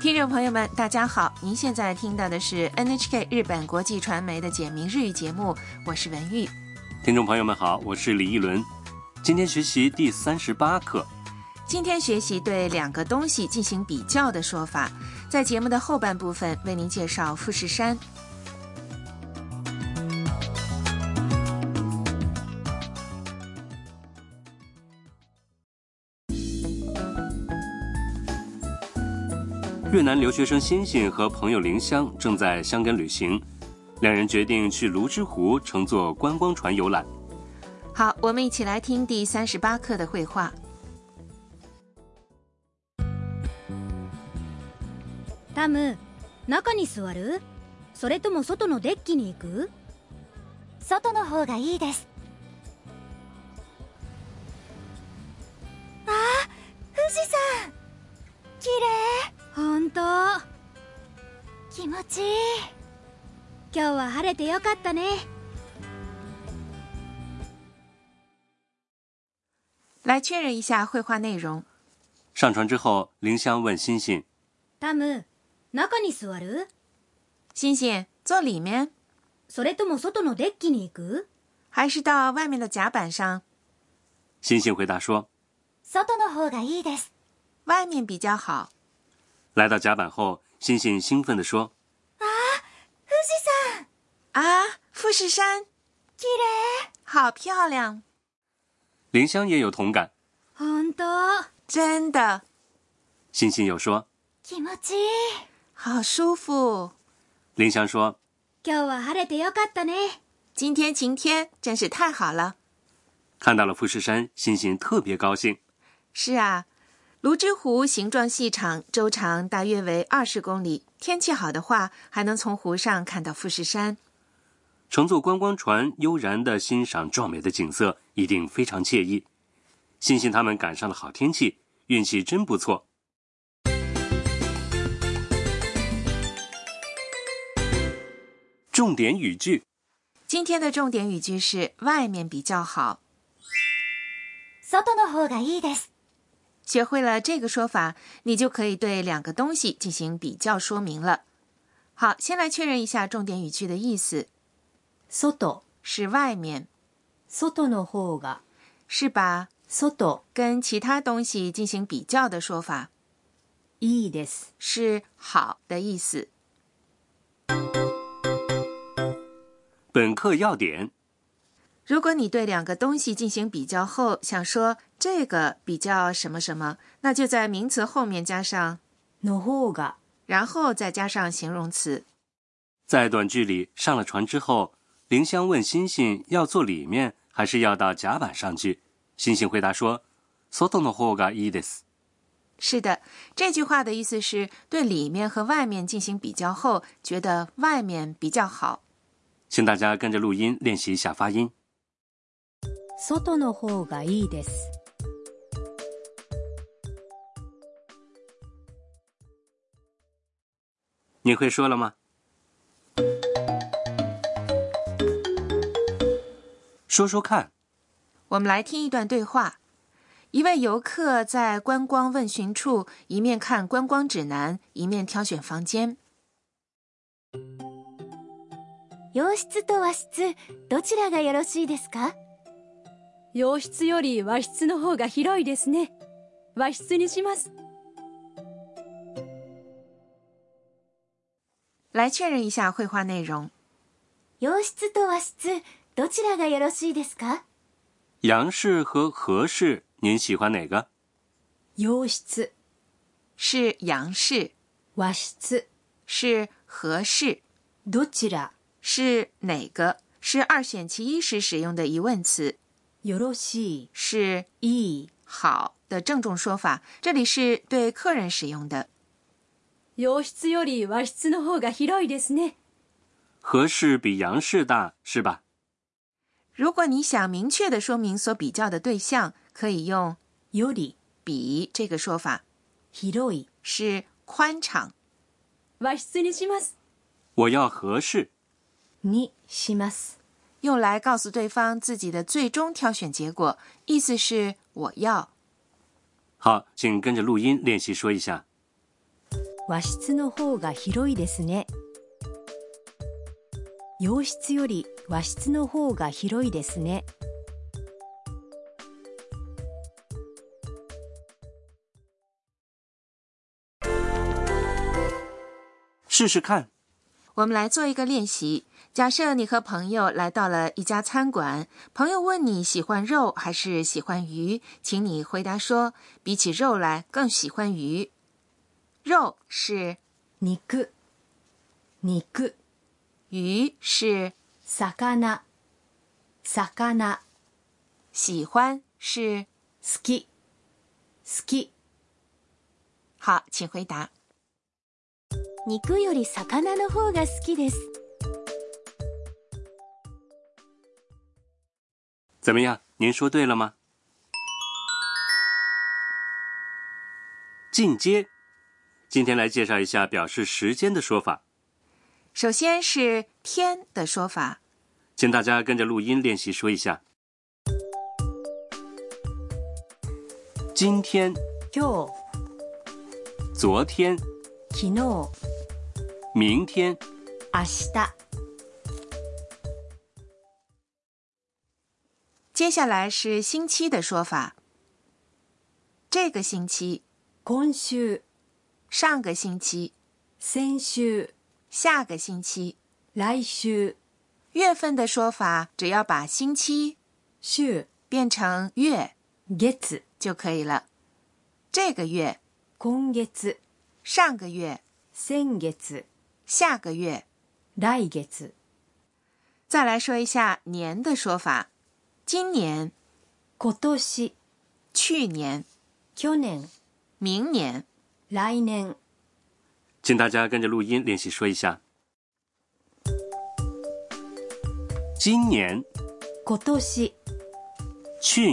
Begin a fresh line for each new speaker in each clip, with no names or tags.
听众朋友们，大家好！您现在听到的是 NHK 日本国际传媒的简明日语节目，我是文玉。
听众朋友们好，我是李一伦，今天学习第三十八课。
今天学习对两个东西进行比较的说法，在节目的后半部分为您介绍富士山。
越南留学生欣欣和朋友林香正在香根旅行，两人决定去卢之湖乘坐观光船游览。
好，我们一起来听第三十八课的绘画。
タム中に座るそれとも外のデッキに行く
外の方がいいですああ富士山綺麗
本当今
気持ちいい
日は晴れてよかったね
来确认一下绘画内容。
上船之后，林香问欣欣
タム中に座る
欣欣，坐里面
それとも外のデッキに行く
还是到外面的甲板上？
欣欣回答说
外の方がいいです
外面比较好。：“
来到甲板后，欣欣兴奋地说，
富士山
啊，富士山
綺麗
好漂亮，
林香也有同感。
本当
真的
欣欣又说，
気持ちいい
好舒服。
林香说，
今日は晴れてよかったね
今天晴天真是太好了。
看到了富士山，欣欣特别高兴。
是啊，泸沽湖形状细长，周长大约为二十公里。天气好的话，还能从湖上看到富士山。
乘坐观光船，悠然地欣赏壮美的景色，一定非常惬意。欣欣他们赶上了好天气，运气真不错。重点语句：
今天的重点语句是“外面比较好
外の方がいいです”。
学会了这个说法，你就可以对两个东西进行比较说明了。好，先来确认一下重点语句的意思：
外、
是外面，
外の方が、
是把
外、
跟其他东西进行比较的说法
いいです。
是“好”的意思。
本课要点：
如果你对两个东西进行比较后，想说这个比较什么什么，那就在名词后面加上，
の方が、
然后再加上形容词。
在短剧里上了船之后，林香问欣欣要坐里面还是要到甲板上去。欣欣回答说：“外の方がいいです。
是的，这句话的意思是对里面和外面进行比较后，觉得外面比较好。”
请大家跟着录音练习一下发音。
外の方がいいです。
你会说了吗？说说看，
我们来听一段对话。一位游客在观光问询处一面看观光指南，一面挑选房间。
洋室と和室どちらがよろしいですか
洋室より和室の方が広いですね和室にします
来确认一下绘画内容。
洋室と和室どちらがよろしいですか
杨氏和何氏，您喜欢哪个？
洋室、
是杨氏，
和室、
是何氏，
どちら、
是哪个？是二选其一时使用的疑问词，
よろし
是
い、いい、
好的郑重说法。这里是对客人使用的。
洋室より和室の方が広いですね
何氏比杨氏大是吧？
如果你想明确的说明所比较的对象，可以用
より、
“比”这个说法，
広い、
是宽敞。
和室にします
我要何氏。
にします。
用来告诉对方自己的最终挑选结果，意思是我要。
好，请跟着录音练习说一下。
和室の方が広いですね。洋室より和室の方が広いですね。
试试看。
我们来做一个练习。假设你和朋友来到了一家餐馆，朋友问你喜欢肉还是喜欢鱼，请你回答说：“比起肉来，更喜欢鱼。”肉是
肉、肉、
鱼是
魚、魚、
喜欢是
好き、好き、
好，请回答。
肉より魚の方が好きです
怎么样？您说对了吗？进阶，今天来介绍一下表示时间的说法，
首先是天的说法，
请大家跟着录音练习说一下。今天、
今日、
昨天、
昨日、明
明天、
日、
接下来是星期的说法。这个星期、
今週、
上个星期、
先週、
下个星期，
来週、
月份的说法只要把星期
週、
变成月
月、
就可以了。这个月、
今月、
上个月、
先月、
下个月。
来月、
再来说一下年的说法：今年、
今年、
去年、
去年、
明年。
来年、
请大家跟着录音练习说一下。今年、
今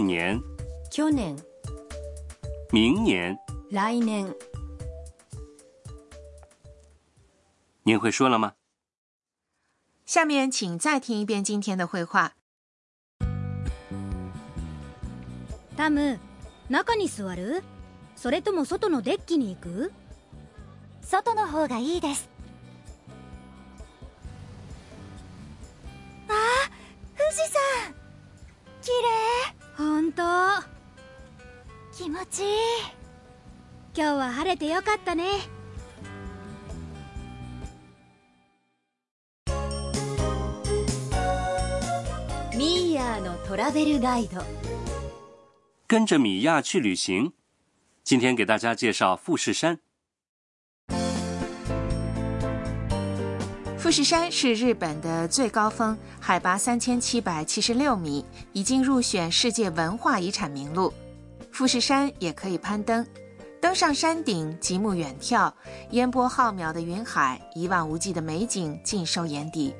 去
年、
年、
去年、
明年，
来年、
您会说了吗？
下面请再听一遍今天的绘画。
タム中に座るそれとも外のデッキに行く
外の方がいいですあー富士山綺
本当
麗気
今
持ちいい
日は晴れてよかったね
ミーヤーのトラベルガイド
跟着米娅去旅行。今天给大家介绍富士山，
富士山是日本的最高峰，海拔三千七百七十六米，已经入选世界文化遗产名录。富士山也可以攀登，登上山顶，极目远眺，烟波浩渺的云海，一望无际的美景尽收眼底。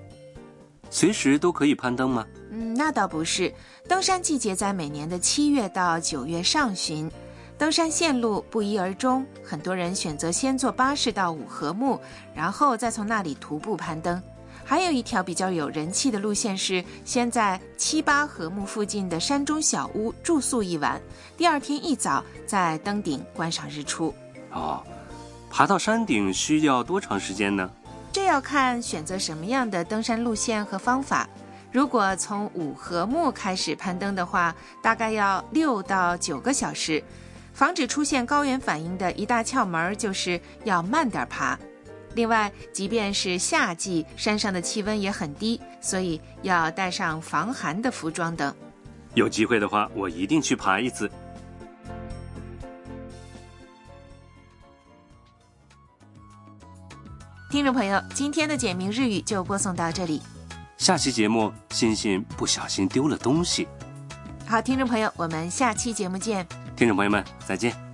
随时都可以攀登吗？
嗯，那倒不是。登山季节在每年的七月到九月上旬，登山线路不一而终，很多人选择先坐巴士到五合目，然后再从那里徒步攀登。还有一条比较有人气的路线是，先在七八合目附近的山中小屋住宿一晚，第二天一早再登顶观赏日出。
哦，爬到山顶需要多长时间呢？
这要看选择什么样的登山路线和方法。如果从五合目开始攀登的话，大概要六到九个小时。防止出现高原反应的一大窍门儿就是要慢点儿爬。另外，即便是夏季，山上的气温也很低，所以要带上防寒的服装等。
有机会的话，我一定去爬一次。
听众朋友，今天的简明日语就播送到这里。
下期节目，欣欣不小心丢了东西，
好，听众朋友，我们下期节目见。
听众朋友们，再见。